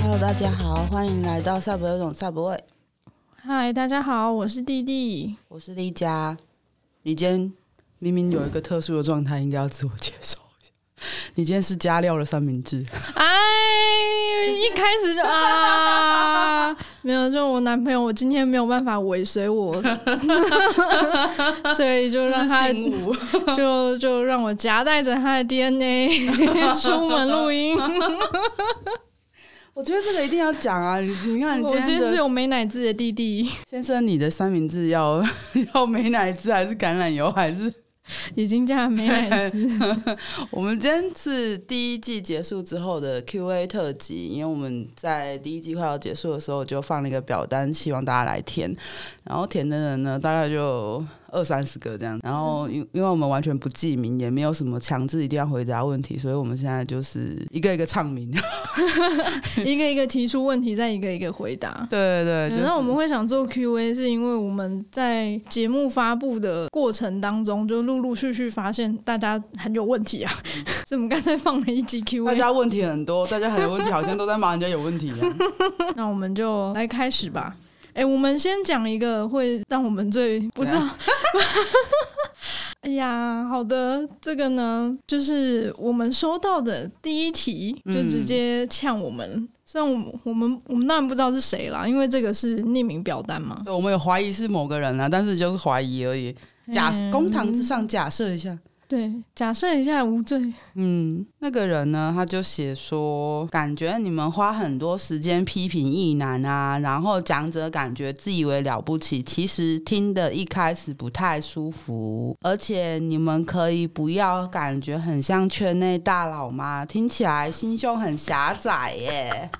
Hello，大家好，欢迎来到萨博有种萨博味，嗨，大家好，我是弟弟。我是丽佳。你今天明明有一个特殊的状态，应该要自我介绍一下。你今天是加料了三明治，哎，一开始就啊，没有，就我男朋友，我今天没有办法尾随我， 所以就让 他物。就就让我夹带着他的 DNA 出门录音。我觉得这个一定要讲啊！你你看，你我今今天天是的有美乃滋的弟弟，先生，你的三明治要 要美乃滋还是橄榄油还是？已经加美乃滋。 我们今天是第一季结束之后的 Q&A 特辑，因为我们在第一季快要结束的时候就放了一个表单，希望大家来填。然后填的人呢，大概就二三十个这样。然后因因为我们完全不记名，也没有什么强制一定要回答问题，所以我们现在就是一个一个唱名。一个一个提出问题，再一个一个回答。对对对，就是、嗯那我们会想做 Q&A，是因为我们在节目发布的过程当中，就陆陆续续发现大家很有问题啊， 所以我们干脆放了一集嗯大 Q&A。家问题很多，大家很多问题好像都在骂人家有问题一样。那我们就来开始吧。哎、我们先讲一个会让我们最不知怎道。啊 哎呀，好的，这个呢，就是我们收到的第一题，就直接呛我们。虽然我们我们我们当然不知道是谁啦，因为这个是匿名表单嘛。对，我们有怀疑是某个人啊，但是就是怀疑而已。假嗯公堂之上假设一下。对，假设一下无罪，嗯，那个人呢，他就写说，感觉你们花很多时间批评异男啊，然后讲者感觉自以为了不起，其实听的一开始不太舒服，而且你们可以不要感觉很像圈内大佬吗？听起来心胸很狭窄耶。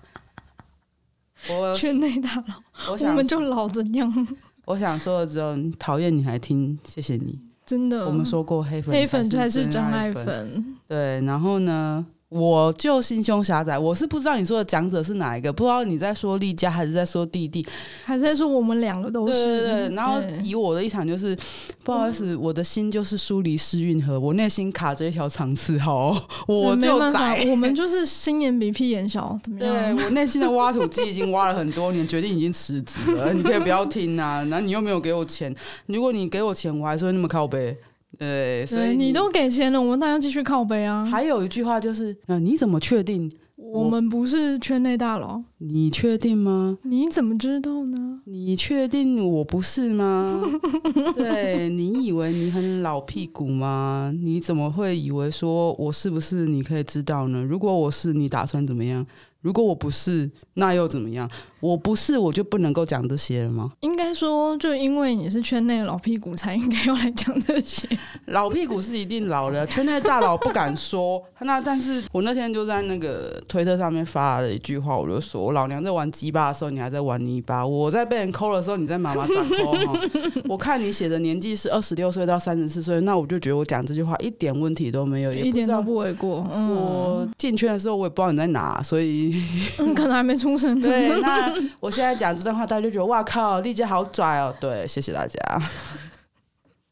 我圈内大佬，我我想们就老怎样，我想说的只有你讨厌你还听，谢谢你。 真的。我们说过黑粉嗯黑粉才是真真爱粉。粉，对，然后呢，我就心胸狭窄，我是不知道你说的讲者是哪一个，不知道你在说丽佳还是在说弟弟。还是在说我们两个都对是。对对，然后对以我的立场就是，不好意思，我的心就是疏离失运河，我内心卡着一条长刺号，哦我嗯没就办法嗯窄。， 我们就是心眼比屁眼小，怎么对样？我内心的挖土机已经挖了很多年，决定已经辞职了。你可以不要听啊，然后你又没有给我钱，如果你给我钱，我还是会那么靠背。对，所以对你都给钱了，我们当然要继续靠背啊。还有一句话就是，呃，你怎么确定？我们不是圈内大佬，你确定吗？你怎么知道呢？你确定我不是吗？对你以为你很老屁股吗？你怎么会以为说我是不是你可以知道呢？如果我是，你打算怎么样？如果我不是，那又怎么样？我不是，我就不能够讲这些了吗？应该说，就因为你是圈内的老屁股，才应该要来讲这些。老屁股是一定老的，圈内大佬不敢说。那但是我那天就在那个推特上面发了一句话，我就说：我老娘在玩鸡巴的时候，你还在玩泥巴；我在被人抠的时候，你在妈妈掌抠。哈我看你写的年纪是二十六岁到三十四岁，那我就觉得我讲这句话一点问题都没有，也一不知点都道。不为过，嗯，我进圈的时候，我也不知道你在哪，所以嗯 可能还没出生呢。对。那我现在讲这段话，大家就觉得哇靠，丽姐好拽哦。对，谢谢大家。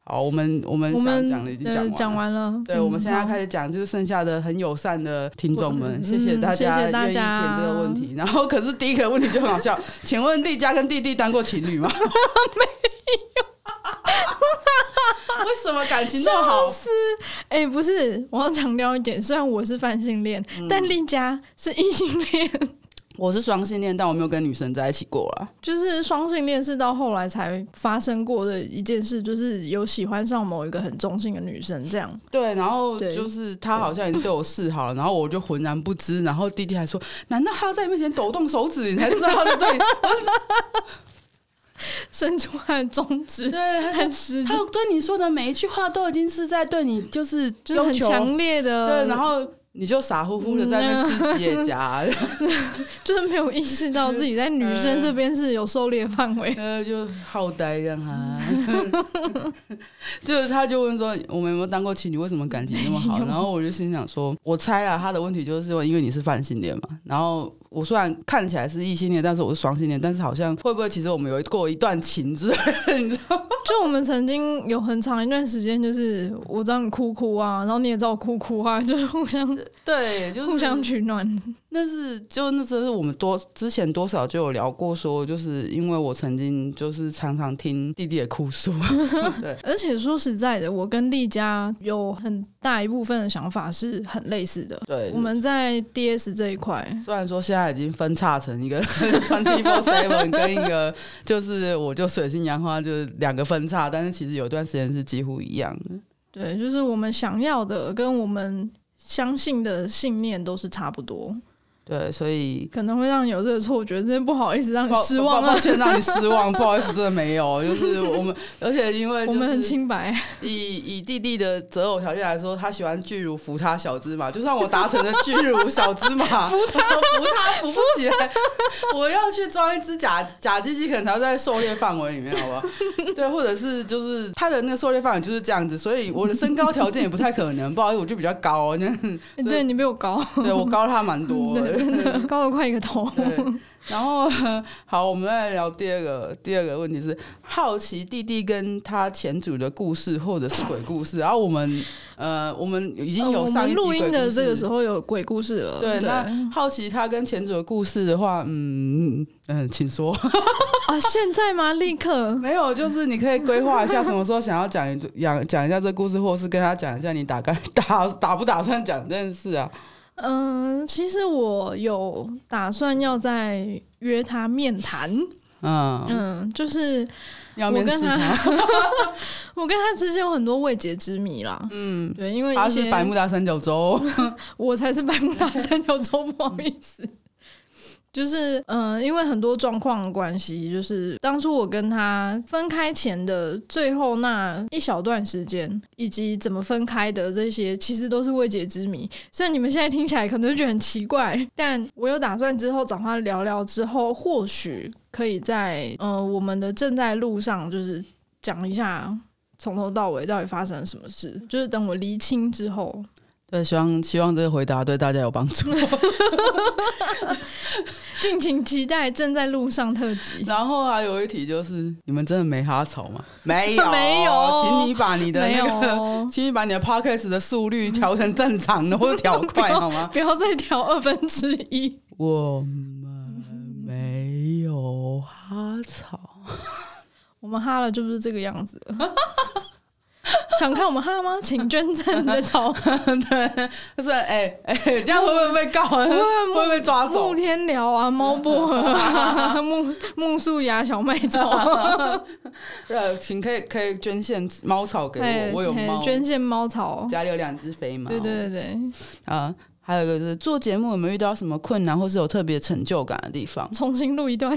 好，我们我们我想们讲的已经呃讲完了讲完了，对，我们现在嗯始。好开始讲，就是剩下的很友善的听众们，嗯谢谢大家谢愿谢意大填家这个问题。然后，可是第一个问题就很好 笑，请问丽佳跟弟弟当过情侣吗？没有，为什么感情那么好？哎、不是，我要强调一点，虽然我是泛性恋，嗯但丽佳是异性恋， 我是双性恋，但我没有跟女生在一起过啊。就是双性恋是到后来才发生过的一件事，就是有喜欢上某一个很中性的女生这样。 对，然后对就是他好像已经对我示好了，然后我就浑然不知。然后弟弟还说：“难道他要在你面前抖动手指，你才知道他在对你？”伸出他的中 指对，他说和食指他，对你说的每一句话都已经是在对你就是就是要很求强烈的，对，然后你就傻乎乎的在那边吃吉野 家，就是没有意识到自己在女生这边是有狩猎范围。然后呃就好呆让 他，就是他就问说我们有没有当过情侣，为什么 感情那么好？然后我就心想说，我猜啊，他的问题就是因为你是泛性恋嘛，然后。我虽然看起来是异性恋，但是我是双性恋，但是好像会不会其实我们有过一段情之类的，你知道吗？就我们曾经有很长一段时间，就是我知道你哭哭啊，然后你也知道我哭哭啊，就是互相嗯对，就是互相取暖。那是就那真是我们多之前多少就有聊过说，就是因为我曾经就是常常听弟弟的哭诉，对，而且说实在的，我跟丽佳有很大一部分的想法是很类似的。 对我们在 DS 这一块，虽然说现在已经分叉成一个 twenty four seven 跟一个就是我就水性杨花就是两个分叉，但是其实有段时间是几乎一样的。对，就是我们想要的跟我们相信的信念都是差不多，对，所以可能会让你有这个错觉，真的不好意思让你失望抱抱啊抱。歉让你失望，不好意思，真的没有，就是我们，而且因为我就们很是清白，以以弟弟的择偶条件来说，他喜欢巨乳扶他小芝麻，就算我达成了巨乳小芝麻，扶他扶他扶不起来，我要去装一只假假鸡鸡，可能才会在狩猎范围里面，好不 好？对，或者是就是他的那个狩猎范围就是这样子，所以我的身高条件也不太可能，不好意思，我就比较高，那欸对你比我高，对我高了他蛮多的。对，真的高了快一个头。对，然后呃好，我们再来聊第二个第二个问题是好奇弟弟跟他前主的故事或者是鬼故事。然后我们呃，我们已经呃有我上一们集录音的这个时候，候有鬼故事了，对，对那好奇他跟前主的故事的话，嗯嗯嗯，请 说。啊，现在吗？立刻。没有，就是你可以规划一下什么时候想要讲一讲讲一下这故事，或是跟他讲一下你打干打打不打算讲这件事啊？ 嗯，其实我有打算要再约他面谈，嗯，嗯，就是要面试我跟他我跟他之间有很多未解之谜啦，嗯，对，因为他一啊是些百慕大三角洲。我才是百慕大三角洲，不好意思。 就是嗯、呃因为很多状况的关系，就是当初我跟他分开前的最后那一小段时间，以及怎么分开的这些，其实都是未解之谜。虽然你们现在听起来可能会觉得很奇怪，但我有打算之后找他聊聊之后，或许可以在呃我们的正在路上，就是讲一下从头到尾到底发生了什么事。就是等我厘清之后，对，希望希望这个回答对大家有帮 助。敬请期待正在路上特辑。然后还有一题就是，你们真的没哈潮吗？ 没 有，没有请你把你的没那有个，哦， 请你把你的 podcast 的速率调成正常的，或者调快 好吗？不要再调二分之一。我们没有哈 潮，我们哈了就不是这个样子了。想看我们哈吗？请捐赠你的草。就是哎哎，这样会不会 被告？会会不会被抓走木？天聊啊，猫薄荷 啊，木木树芽小麦草，对，呃请可以可以捐献猫草 给嘿我，我有嘿猫，捐献猫草。家里有两只肥猫。对对对对，啊，还有一个就是做节目有没有遇到什么困难，或是有特别成就感的 地方？重新录一段，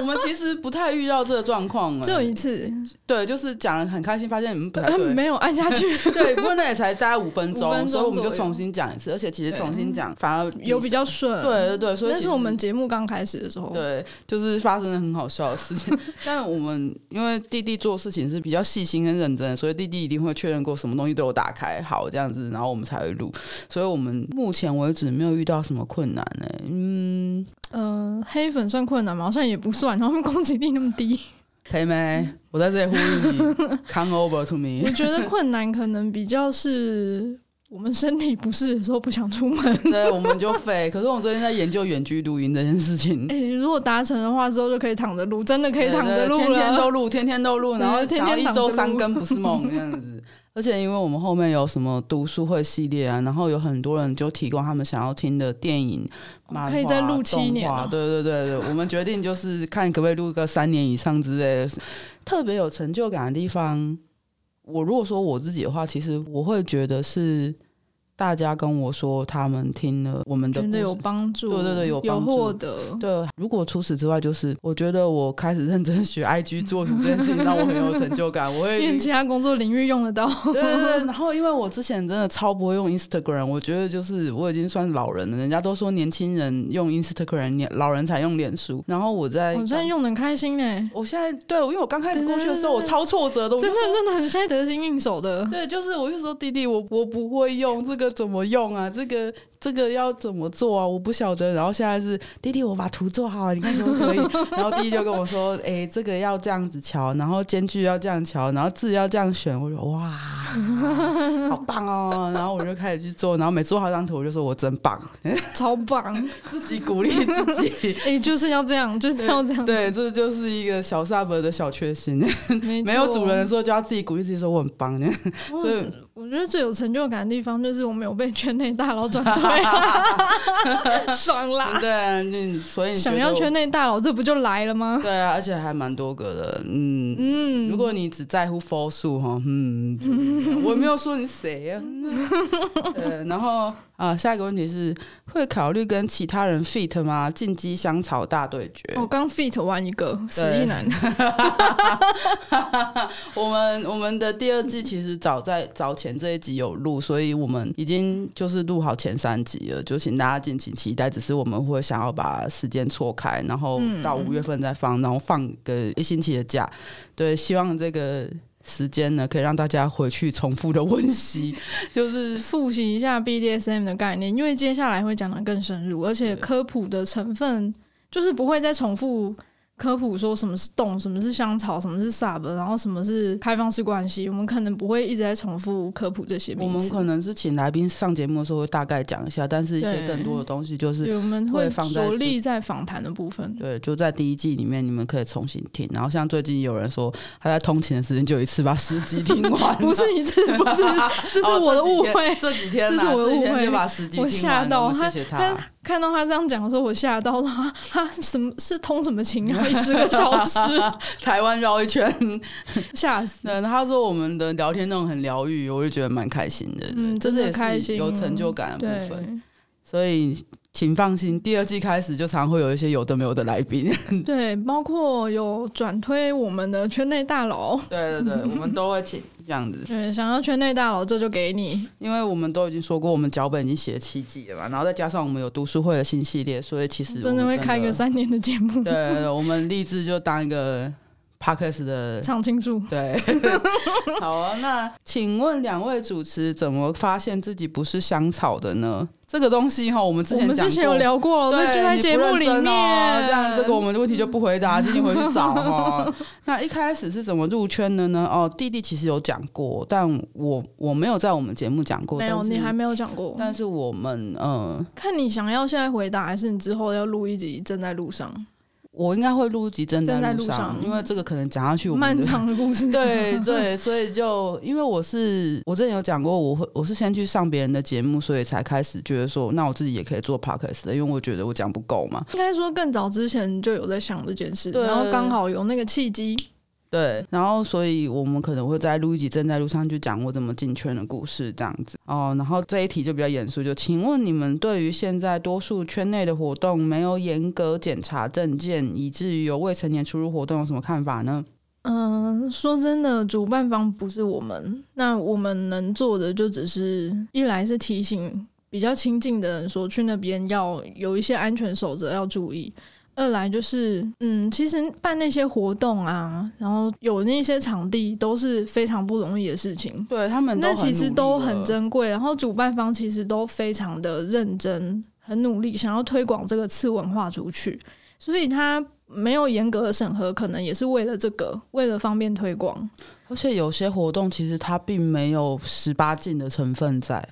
我们其实不太遇到这个状况了，只有一次，对，就是讲得很开心，发现你嗯们不太呃对。 没有按下去， 对，不过那也才大概五分五钟，分钟所以我们就左右重新讲一次，而且其实重新讲反而有比较顺。对对对，所以那其是实我们节目刚开始的时候。对，就是发生了很好笑的 事情。但我们因为弟弟做事情是比较细心跟认真的，所以弟弟一定会确认过什么东西都有打开好这样子，然后我们才会录。所以我们目前为止没有遇到什么困难呢、嗯，呃，黑粉算困难吗？好像也不算，他们攻击力那么 低。裴梅，我在这里呼吁你，come over to 我 me。觉得困难可能比较是我们身体不适的时候不想出门。 对，我们就废。可是我们最近在研究远距录音这件事情。哎、如果达成的话，之后就可以躺着录，真的可以躺着录了。对对天天都录，天天都录，对然后天想天要一躺着周录三更不是梦这样 子。而且因为我们后面有什么读书会系列啊，然后有很多人就提供他们想要听的电影、漫画、哦可以再录七年动画哦对对对对， 我们决定就是看可不可以录个三年以上之类的。特别有成就感的地方，我如果说我自己的话，其实我会觉得是大家跟我说他们听了我们的真故的事有帮助，对对对有有帮助获得。对，如果除此之外，就是我觉得我开始认真学 IG 做图这件事情，让我很有成就感。 我会因为其对他工作领域用得到，对对。然后，因为我之前真的超不会用 Instagram，我觉得就是我已经算老人了。人家都说年轻人用 Instagram，年老人才用脸书。然后我在，我算用的很开心哎、我现在对，因为我刚开始过去的时候，我超挫折的，我就真的说 真的很现在得心应手的。对，就是我就说弟弟，我我不会用这个，怎么用啊？这个这个要怎么做啊？我不晓得。然后现在是弟弟，我把图做好了，你看可不可以？然后弟弟就跟我说，哎、这个要这样子瞧，然后间距要这样瞧，然后字要这样选。我说哇，好棒哦！然后我就开始去做，然后每做好一张图，我就说我真棒，超棒！自己鼓励 自己。哎、就是要这样，就是要这样，对，这就是一个小 sub 的小确幸。没没有错主人的时候，就要自己鼓励自己说我很棒。我所以我觉得最有成就感的地方就是我没有被圈内大佬转 推，爽啦！对，你所嗯以你觉想得要我圈内大佬，这不就来了吗？对啊，而且还蛮多个的，嗯。嗯，如果你只在乎 f o 数哈，嗯，我也没有说你谁呀、啊。呃，然后啊、下一个问题是会考虑跟其他人 fit 吗？进击香草大对决。我刚 fit 完一个死意男， 我们我们的第二季其实早在早前这一集有录，所以我们已经就是录好前三集了，就请大家敬请期待。只是我们会想要把时间错开，然后到五月份再放，然后放个一星期的假。对，希望这个时间呢，可以让大家回去重复的温习，就是复习一下 BDSM 的概念，因为接下来会讲的更深入，而且科普的成分就是不会再重复科普说什么是动，什么是香草，什么是 sub，然后什么是开放式关系，我们可能不会一直在重复科普这些我名们词。可能是请来宾上节目的时候会大概讲一下，但是一些对更多的东西就是对，我们会会放在着力在访谈的部分。，对，就在第一季里面，你们可以重新听。然后像最近有人说，他在通勤的时间就一次把十集 听完 不是一次，不是，这是 哦我的这几误天会。这几天这啦，是我的这几误天会就把十集我听吓完了，到我们他谢谢，他他。看到他这样讲的时候，我吓到了。 他他什么是通什么情啊？十个小 时，台湾绕一圈，吓死！对，他说我们的聊天那种很疗愈，我就觉得蛮开心的。嗯，这真也的是开心，有成就感的部分。对所以请放心，第二季开始就常会有一些有的没有的来宾。对，包括有转推我们的圈内大佬， 对对对，我们都会请这样子。对，想要圈内大佬这就给你，因为我们都已经说过，我们脚本已经写了七季了嘛，然后再加上我们有读书会的新系列，所以其实我们真的会开个三年的节目，对对，对我们立志就当一个 podcast 的。唱清楚。对， 好啊。那请问两位主持怎么发现自己不是香草的呢？这个东西哈，我们之我前们讲之前有过，聊过了，对，这就在你不节目认里真面。哦、这样这个我们的问题就不回 答，自己回去找哈。那一开始是怎么入圈的呢？哦，弟弟其实有讲过，但我我没有在我们节目讲过，没有，但是你还没有讲过。但是我们，嗯，看你想要现在回答，还是你之后要录一集正在路上我应该会录一集正在正在路路上因为这个可能讲下去我们漫的。 长的故事？对对，所以就因为我是我之前有讲过，我会我是先去上别人的节目，所以才开始觉得说，那我自己也可以做 podcast 的，因为我觉得我讲不够嘛。应该说更早之前就有在想这件事，对然后刚好有那个契机。对，然后所以我们可能会再录一集正在路上去讲我怎么进圈的故事这样子哦。然后这一题就比较严肃，就请问你们对于现在多数圈内的活动没有严格检查证件，以至于有未成年出入活动有什么看法呢？嗯、说真的，主办方不是我们，那我们能做的就只是一来是提醒比较亲近的人说去那边要有一些安全守则要注意。二来就是，嗯，其实办那些活动啊，然后有那些场地都是非常不容易的事情。对他们那其实都很真。珍贵，然后主办方其实都非常的认真，很努力，想要推广这个次文化出去，所以他没有严格的审核，可能也是为了这个，为了方便推广。而且有些活动其实它并没有十八禁的成分在。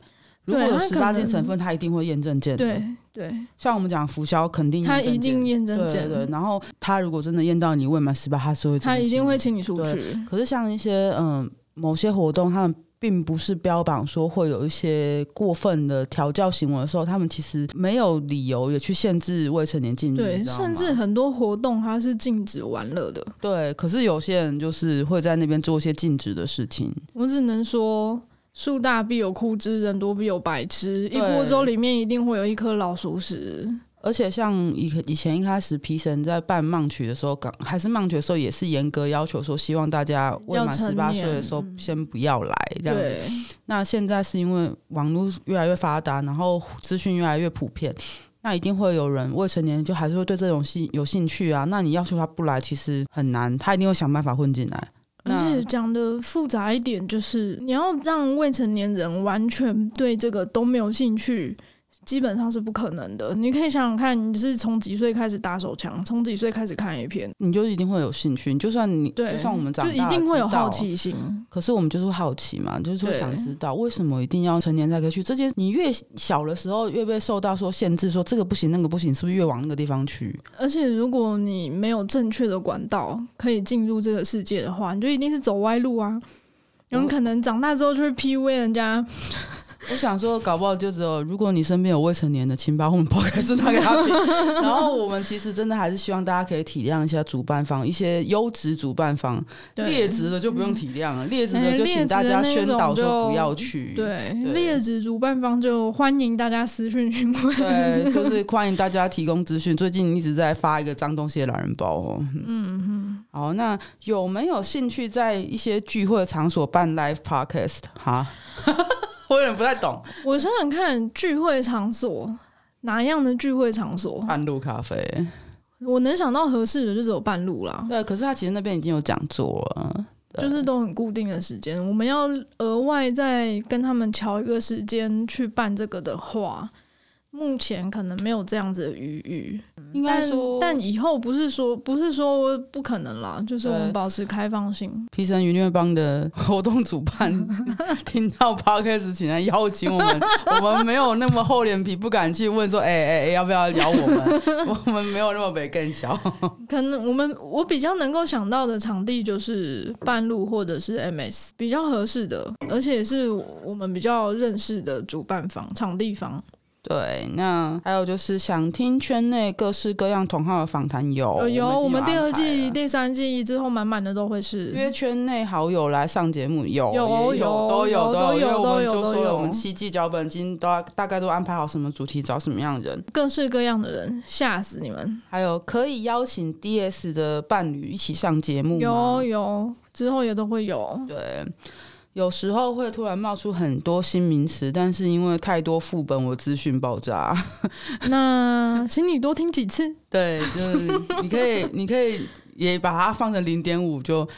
如对果有它十可八禁能成分，它一定会验证件的。对，对，像我们讲浮销，肯定他验证一定件验证对对件，对。然后他如果真的验到你未满十八，他是会他真的一定请会你。请你出对去。可是像一些嗯、某些活动，他们并不是标榜说会有一些过分的调教行为的时候，他们其实没有理由也去限制未成年进入，对，你知道甚吗至很多活动它是禁止玩乐的。对。可是有些人就是会在那边做一些禁止的事情。我只能说，树大必有枯枝，人多必有白痴。一对锅粥里面一定会有一颗老鼠屎。而且像以以前一开始皮神在办漫曲的时候，刚还是漫曲的时候，也是严格要求说，希望大家未满要成十八岁的年嗯时候先不要来这样对子。，那现在是因为网络越来越发达，然后资讯越来越普遍，那一定会有人未成年就还是会对这种兴有兴趣啊。那你要求他不来，其实很难，他一定会想办法混进来。而且讲的复杂一点，就是你要让未成年人完全对这个都没有兴趣，基本上是不可能的。你可以想想看，你是从几岁开始打手枪，从几岁开始看 A 片，你就一定会有兴趣，你就算你对，就算我们长就大一定会有好知道奇心。可是我们就是会好奇嘛，就是会对想知道为什么一定要成年才可以去这件。你越小的时候越被受到说限制，说这个不行那个不行，是不是越往那个地方去？ 而且如果你没有正确的管道可以进入这个世界的话，你就一定是走歪路啊。有可能长大之后就会 PUA 人家，我想说，搞不好就只有如果你身边有未成年的，请把我们 p 开 d 拿给他听。 然后我们其实真的还是希望大家可以体谅一下主办方，一些优质主办方，对劣质的就不用体谅了，劣质的哎就请大家劣质的那宣种导说就不要去。对对劣质主办方就欢迎大家私讯询问。 对，就是欢迎大家提供资讯。最近一直在发一个脏东西的懒人包哦。嗯嗯。好，那有没有兴趣在一些聚会场所办 live podcast？哈，我有点不太懂。我想想看，聚会场所哪样的聚会场所？半路咖啡。我能想到合适的就只有半路啦，对，可是他其实那边已经有讲座了。对就是都很固定的时间。我们要额外再跟他们瞧一个时间去办这个的话，目前可能没有这样子的余裕。应该但说，但以后不是说不是说不可能啦，就是我对们保持开放性。皮神娱乐帮的活动 主办听到 podcast，请来邀请我们。我们没有那么厚脸皮，不敢去问说，哎、哎、哎要不要邀我们？ 我们没有那么被更小。可能我们我比较能够想到的场地就是半路或者是 MS 比较合适的，而且是我们比较认识的主办方场地方。对，那还有就是想听圈内各式各样同号的访谈有呃，有哦我我们已经第有二安排季、了第三季之后满满的都会是。约圈内好友来上节目有有也有有都有都都因为有我们都有就都说了有我们七季脚本已经都要大概都安排好什么主题，找什么样的人，各式各样的人，吓死你们！还有可以邀请 DS 的伴侣一起上节目吗有有，之后也都会 有。对。有时候会突然冒出很多新名词，但是因为太多副本，我资讯爆炸。那请你多听几次，对，就是你可以，你可以也把它放成零点五，就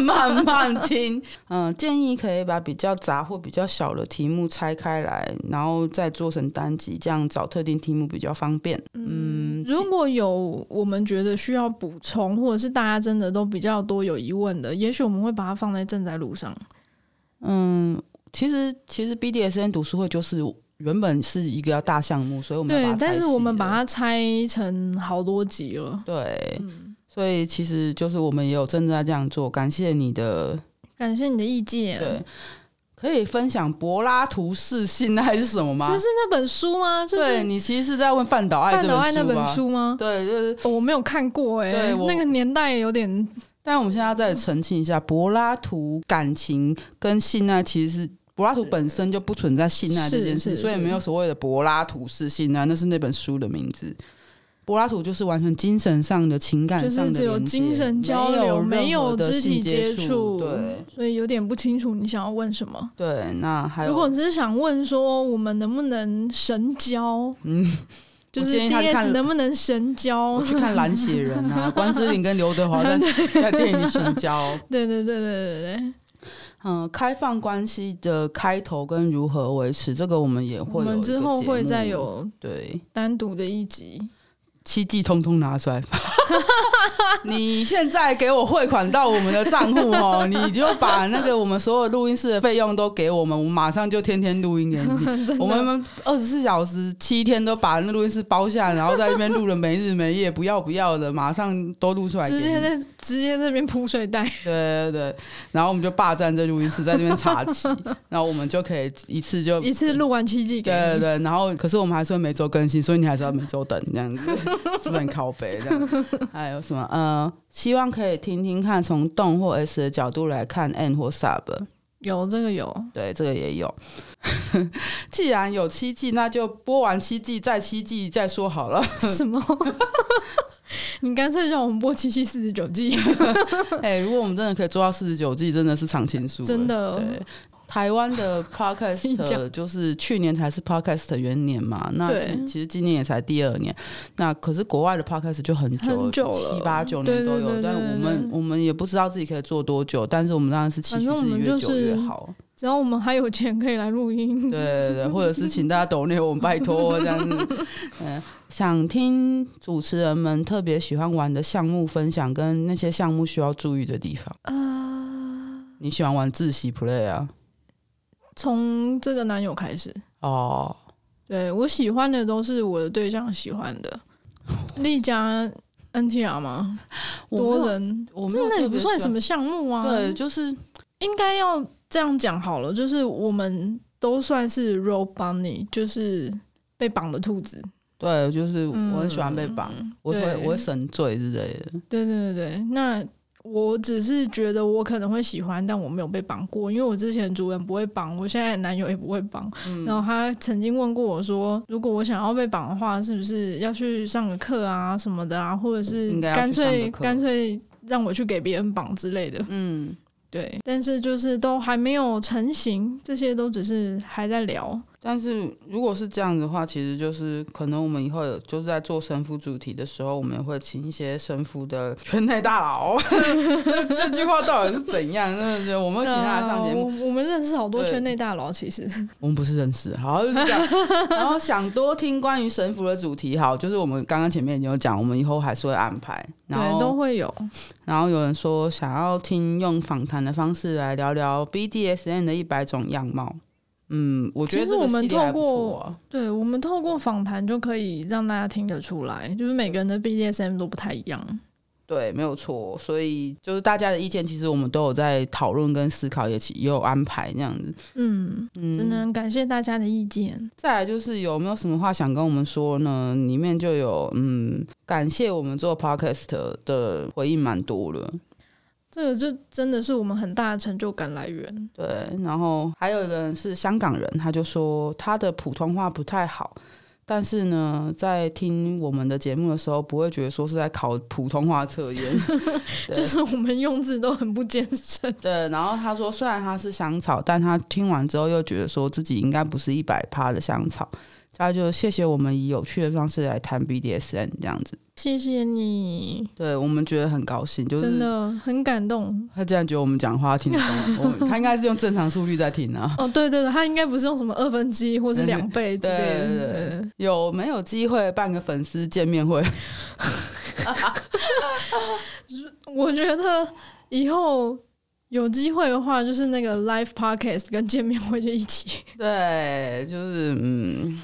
慢慢听。嗯、建议可以把比较杂或比较小的题目拆开来，然后再做成单集，这样找特定题目比较方便。嗯，如果有我们觉得需要补充，或者是大家真的都比较多有疑问的，也许我们会把它放在正在路上。嗯，其实其实 BDSN 读书会就是原本是一个要大项目，所以我们要对把它，但拆是细我们了把它嗯拆成好多集了。对。所以其实就是我们也有正在这样做，感谢你的感谢你的意见。对，可以分享柏拉图式性爱是什么吗？这是那本书吗？就对是你其实是在问范岛爱范这德爱那本本吧？书吗？对，就是。哦我没有看过哎、对我那个年代有点但我们现在要再澄清一下，柏拉图感情跟性爱其实是。柏拉图本身就不存在性爱这件是事，是是所以没有所谓的柏拉图式性爱，那是那本书的名字。柏拉图就是完全精神上的、情感就是上的只有连接精神交流，没没有有任何的肢体性接触。触，对所以有点不清楚你想要问什么。对，那还有，如果你只是想问说我们能不能神交，嗯， 就我是建议他去 DS 看能不能神交 我？去看《蓝血人》 啊，关之琳跟刘德华 在在电影里神交，对对对对对对， 嗯，开放关系的开头跟如何维持，这个我们也我会有一个节目。们之后会再有对单独的一集。七季通通拿出 来。你现在给我汇款到我们的账户 哦，你就把那个我们所有录音室的费用都给我们，我们马上就天天录音给 你。我们二十四小时七天都把那录音室包下来，然后在那边录了没日没夜，不要不要的，马上都录出来给直你。接在直接在那边铺水袋，对对对，然后我们就霸占这录音室，在那边 查齐，然后我们就可以一次就一次录完七季给呃对对你。对，然后可是我们还是会每周更新，所以你还是要每周等这样子， 是不是很靠背这样？还有什么？呃，希望可以听听看从动或 S 的角度来看 N 或 Sub，有这个有，对，这个也有。 既然有七季，那就播完七季再七季再说好了。 什么？你干脆让我们播七七四十九季，啊 哎、如果我们真的可以做到四十九季，真的是常青树，真的对。台湾 的己嗯讲 podcast 就是去年才是 podcast 元年嘛，那对其其实今年也才第二年，那可是国外的 podcast 就很久很久了七八九年都有，对对对但我对们我们也不知道自己可以做多久，但是我们当然是期许反正自我己们越就久是越好。 只要我们还有钱可以来录音，对对对，或者是请大家抖内我们拜托这样子。 嗯、想听主持人们特别喜欢玩的项目分享，跟那些项目需要注意的地方。呃，你喜欢玩自习 play 啊？从这个男友开始，哦，对我喜欢的都是我的对象喜欢 的，丽佳 NTR 吗？我没有多人，我没有真的也特不别算喜什欢么项目啊。对，，就是应该要这样讲好了，就是我们都算是 rope bunny，就是被绑的兔子。对，就是我很喜欢被绑，我会对我会神罪之类的。对对对对，那我只是觉得我可能会喜欢，但我没有被绑过，因为我之前主人不会绑，我现在的男友也不会绑。嗯然后他曾经问过我说，如果我想要被绑的话，是不是要去上个课啊什么的啊，或者是应该要去干上脆个课干脆让我去给别人绑之类的。嗯，对，但是就是都还没有成型，这些都只是还在聊。但是如果是这样的话，其实就是可能我们以后有就是在做神父主题的时候，我们也会请一些神父的圈内大佬。 这这句话到底是怎样？真的是，我们会请他来上节目，呃我我们认识好多对圈内大佬，其实我们不是认识。好，就是这样。然后想多听关于神父的主题，好，就是我们刚刚前面已经有讲，我们以后还是会安排。然对后都会有。然后有人说想要听用访谈的方式来聊聊 BDSN 的一百种样貌。嗯，我觉得其实这个我们系列还透不错啊、对我们透过访谈就可以让大家听得出来，就是每个人的 BDSM 都不太一样。对，没有错。所以就是大家的意见，其实我们都有在讨论跟思考，也起也有安排这样子。嗯，真的很感谢大家的意见。再来就是有没有什么话想跟我们说呢？里面就有嗯，感谢我们做 podcast 的回应蛮多的。这个就真的是我们很大的成就感来源。对，然后还有一个人是香港人，他就说他的普通话不太好，但是呢，在听我们的节目的时候，不会觉得说是在考普通话测验。 对 就是我们用字都很不艰深，对，然后他说虽然他是香草，但他听完之后又觉得说自己应该不是一百趴的香草，他就谢谢我们以有趣的方式来谈 BDSN 这样子。谢谢你，对我们觉得很高兴，就真是的很感动。他竟然觉得我们讲话听得懂，我他应该是用正常速率在听啊。 哦，对对对，他应该不是用什么二分之一或是两倍之类的。对对对有没有机会办个粉丝见面会？我觉得以后有机会的话，就是那个 live podcast 跟见面会就一起， 对，就是嗯，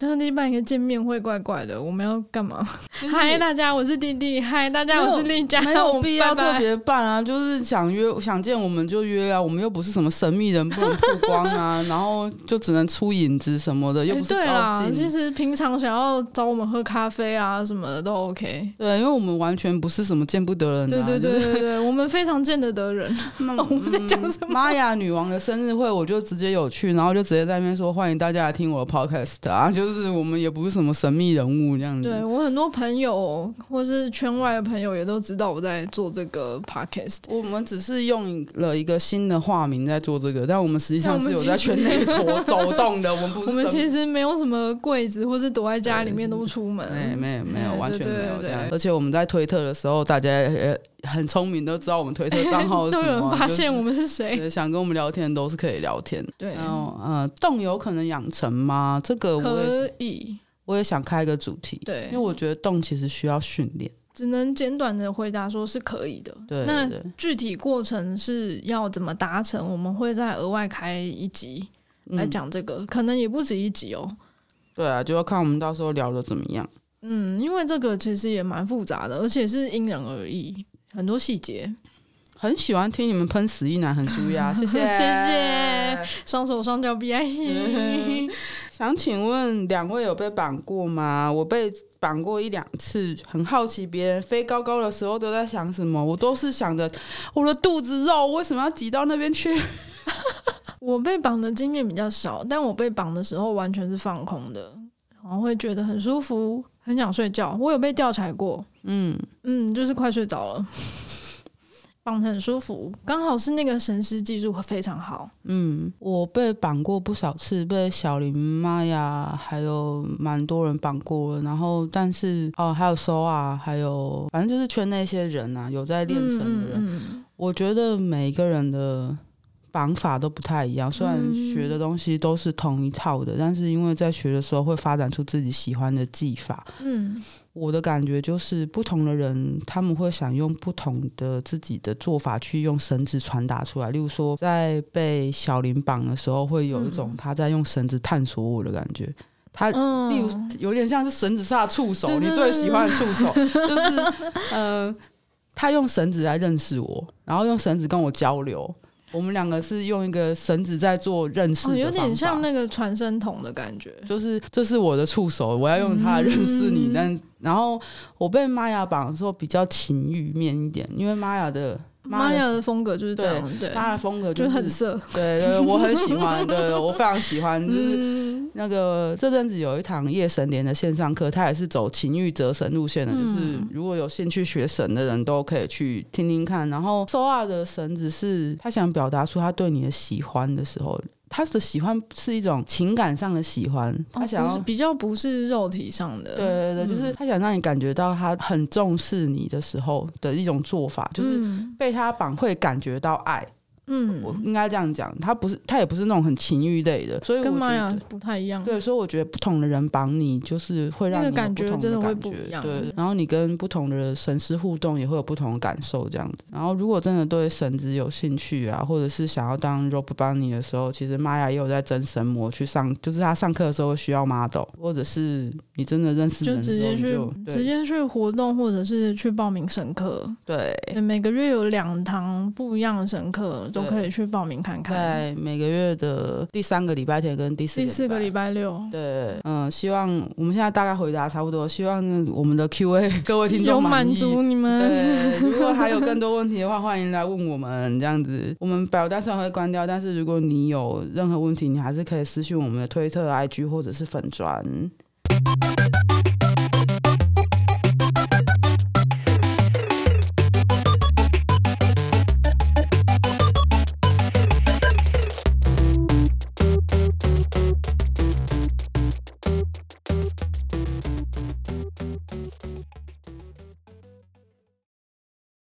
特地办一个见面会，怪怪的。我们要干嘛？就是嗨，大家，我是弟弟。嗨，大家，没有我是丽佳。没我有们必要拜拜特别办啊，就是想约想见我们就约啊，我们又不是什么神秘人，不能曝 光啊，然后就只能出影子什么的，又哎不是对高啦，其进。实平常想要找我们喝咖啡啊什么的都 OK。对，因为我们完全不是什么见不得人、对啊，对就是嗯对对对，我们非常见得得人。 那我们在讲什么？ 玛雅女王的生日会，我就直接有去，然后就直接在那边说欢迎大家来听我的 podcast 啊，就是我们也不是什么神秘人物这样子。对我很多朋友或是圈外的朋友也都知道我在做这个 podcast。我们只是用了一个新的化名在做这个，但我们实际上但我们是有在其实圈内走走动的，我们不 是我们什么其实没有什么柜子，或是躲在家里面都不出门。哎， 没有没有，哎完全对对没有对这样对。而且我们在推特的时候，大家也很聪明，都知道我们推特账号 是都什有人么，啊发就是嗯现我们是谁。对想跟我们聊天都是可以聊天。对，然后呃，动有可能养成吗？这个我也可以。我也想开一个主题，对因为，我觉得动其实需要训练。只能简短的回答说是可以的。对那对对嗯具体过程是要怎么达成，我们会再额外开一集嗯来讲这个，可能也不止一集哦。对啊，就要看我们到时候聊的怎么样。嗯，因为这个其实也蛮复杂的，而且是因人而异，很多细节。很喜欢听你们喷死一男很舒 压，谢谢谢谢双手双脚 B I 嗯 C，想请问两位有被绑过吗？我被绑过一两次，很好奇别人飞高高的时候都在想什么，我都是想着我的肚子肉为什么要挤到那边去？我被绑的经验比较少，但我被绑的时候完全是放空的，然后会觉得很舒服，很想睡觉。我有被吊起来过，嗯，嗯，就是快睡着了。 绑得很舒服，刚好是那个绳师技术非常好。 嗯，我被绑过不少次，被小林妈呀，还有蛮多人绑过了。然后，但是哦，还有 So 啊，还有反正就是圈那些人啊，有在练绳的人，嗯嗯我觉得每一个人的绑法都不太一样。虽然学的东西都是同一套的，但是因为在学的时候会发展出自己喜欢的技法。嗯，我的感觉就是，不同的人他们会想用不同的自己的做法去用绳子传达出来。例如说，在被小林绑的时候，会有一种嗯他在用绳子探索我的感觉。他嗯例如有点像是绳子上的触手，对对你最喜欢的触手 就是，嗯、他用绳子来认识我，然后用绳子跟我交流。我们两个是用一个绳子在做认识的哦，方法、有点像那个传声筒的感觉。就是这是我的触手，我要用它认识你。嗯但然后我被玛雅绑的时候比较情欲面一点，因为玛雅的玛雅雅的风格就是这样，对，玛雅风格就是是很色。 对对，我很喜欢，对我非常 喜欢，就是。嗯，那个这阵子有一堂夜神连的线上课，它也是走情欲折绳路线的，就是嗯如果有兴趣学绳的人都可以去听听看。然后 s o a 的绳子是他想表达出他对你的喜欢的时候，他的喜欢是一种情感上的喜欢，他哦嗯想不要是比较不是肉体上的，对对对，就是他想让你感觉到他很重视你的时候的一种做法，就是嗯被他绑会感觉到爱。我嗯，应该这样讲，他不是他也不是那种很情欲类的，所以我跟觉玛雅得。不太一样。对，所以我觉得不同的人绑你，就是会让那你个有不感觉同真的的会感不一觉。样对，然后你跟不同的神师互动，也会有不同的感受这样子。然后如果真的对绳子有兴趣啊，或者是想要当 rope bunny 的时候，其实玛雅也有在真神模去上，就是他上课的时候需要 model，或者是你真的认识就人直之接后你去就对直接去活动，或者是去报名神课。对。对每个月有两堂不一样的神课，都可以去报名看看。在哎每个月的第三个礼拜天跟第四第四个礼拜。拜六，对，嗯，希望我们现在大概回答差不多，希望我们的 Q&A 各位听有众满意足你们。 对，如果还有更多问题的话，欢迎来问我们这样子。我们表单虽然会关掉，但是如果你有任何问题，你还是可以私信我们的推特、IG 或者是粉砖。